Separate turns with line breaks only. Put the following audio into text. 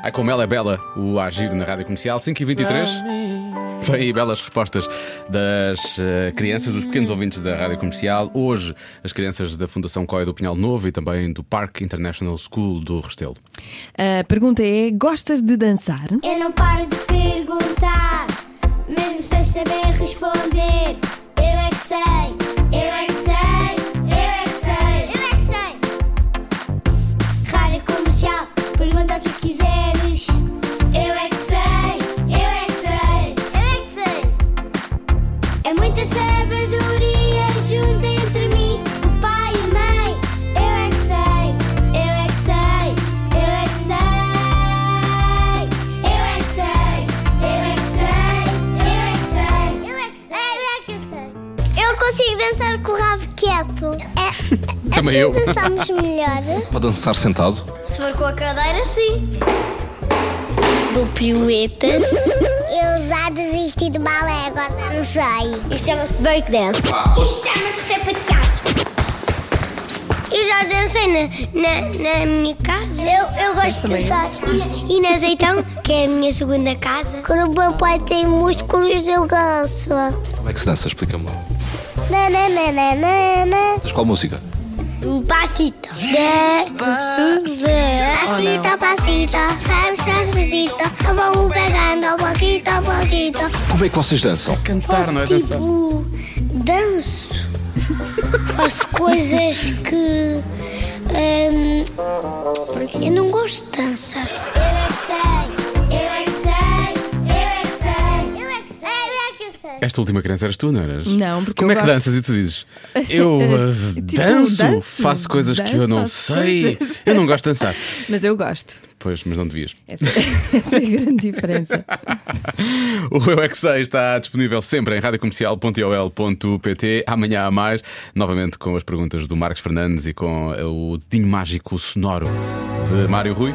Ai, como ela é bela, o Agir na Rádio Comercial 5h23. Vem aí belas respostas das eh, crianças, dos pequenos ouvintes da Rádio Comercial. Hoje, as crianças da Fundação Coia do Pinhal Novo e também do Parque International School do Restelo.
A pergunta é: gostas de dançar?
Eu não paro de perguntar, mesmo sem saber responder. Eu é que sei, eu é que sei, eu é que sei, eu é que sei. Rádio comercial, pergunta o que quiseres. Eu é que sei, eu é que sei, eu é que sei. É muita sabedoria junta entre mim, o pai e a mãe. Eu é que sei, eu é que sei, eu é que sei. Eu é que sei, eu é que sei, eu é que sei. Eu é que sei, eu é que sei. Eu consigo dançar com o rabo quieto. É,
Também assim eu.
dançamos melhor.
Para dançar sentado?
Se for com a cadeira, sim. Do piruetas. Eu já desisti do balé, agora não sei. Isto chama-se breakdance. Isto chama-se sapateado. Eu já dancei na, na, na minha casa. Eu, eu gosto de dançar. E na Azeitão, que é a minha segunda casa. Quando o meu pai tem músculos, eu danço.
Como é que se dança? Explica-me lá.
Na, na, na, na, na, na.
Tens qual música?
Pasito. Pasito, pasito, salsacito. Vamos um pegando poquito, poquito.
Como é que vocês dançam?
Cantar, não é dançar?
Tipo, danço. Faço coisas que. hum, eu não gosto de dançar. Eu é que sei, eu é que sei, eu é que sei. Eu é que sei, eu é que sei.
Esta última criança eras tu, não eras?
Não, porque
Como
eu
é que
gosto.
danças e tu dizes? Eu eh,
Tipo,
danço,
danço,
faço coisas que eu
danço,
não
faço
sei.
coisas.
Eu não gosto de dançar.
Mas eu gosto.
Pois, mas não devias.
Essa, essa é a grande diferença.
O Eu é que sei está disponível sempre em radiocomercial.ol.pt. Amanhã há mais, novamente com as perguntas do Marcos Fernandes e com eh, o dedinho mágico sonoro de Mário Rui.